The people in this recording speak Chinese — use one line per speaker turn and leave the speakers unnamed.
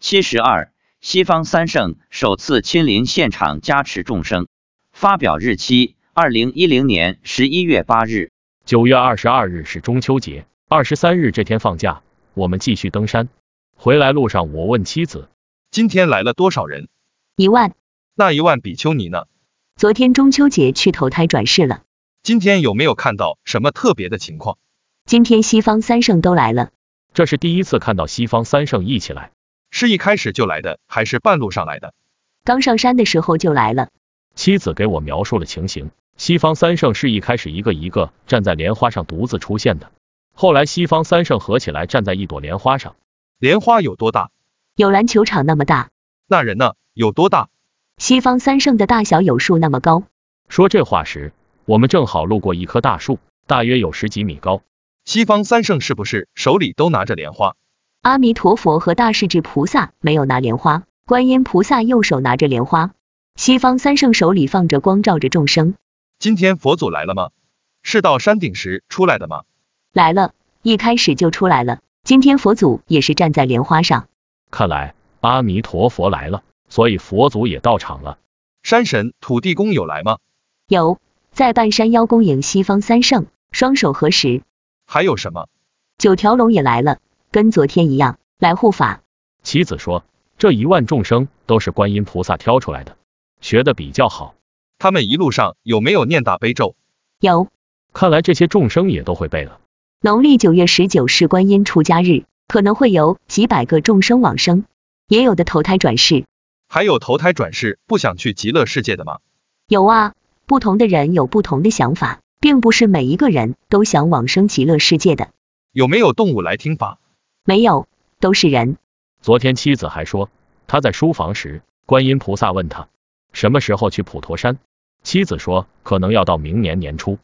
七十二，西方三圣首次亲临现场加持众生。发表日期：二零一零年十一月八日。
九月二十二日是中秋节，二十三日这天放假，我们继续登山。回来路上，我问妻子，
今天来了多少人？
一万，
那一万比丘尼呢？
昨天中秋节去投胎转世了，
今天有没有看到什么特别的情况？
今天西方三圣都来了，
这是第一次看到西方三圣一起来。
是一开始就来的，还是半路上来的？
刚上山的时候就来了，
妻子给我描述了情形，西方三圣是一开始一个一个站在莲花上独自出现的，后来西方三圣合起来站在一朵莲花上。
莲花有多大？
有篮球场那么大，
那人呢？有多大？
西方三圣的大小有树那么高，
说这话时，我们正好路过一棵大树，大约有十几米高。
西方三圣是不是手里都拿着莲花？
阿弥陀佛和大势至菩萨没有拿莲花，观音菩萨右手拿着莲花，西方三圣手里放着光照着众生。
今天佛祖来了吗？是到山顶时出来的吗？
来了，一开始就出来了。今天佛祖也是站在莲花上，
看来阿弥陀佛来了，所以佛祖也到场了。
山神、土地公有来吗？
有在半山腰恭迎西方三圣，双手合十。
还有什么？
九条龙也来了，跟昨天一样来护法。
妻子说，这一万众生都是观音菩萨挑出来的，学的比较好。
他们一路上有没有念大悲咒？
有
看来这些众生也都会背了。
农历九月十九是观音出家日，可能会有几百个众生往生，也有的投胎转世。
还有投胎转世不想去极乐世界的吗？
有啊，不同的人有不同的想法，并不是每一个人都想往生极乐世界的。
有没有动物来听法？
没有，都是人。
昨天妻子还说，她在书房时，观音菩萨问她什么时候去普陀山，妻子说可能要到明年年初。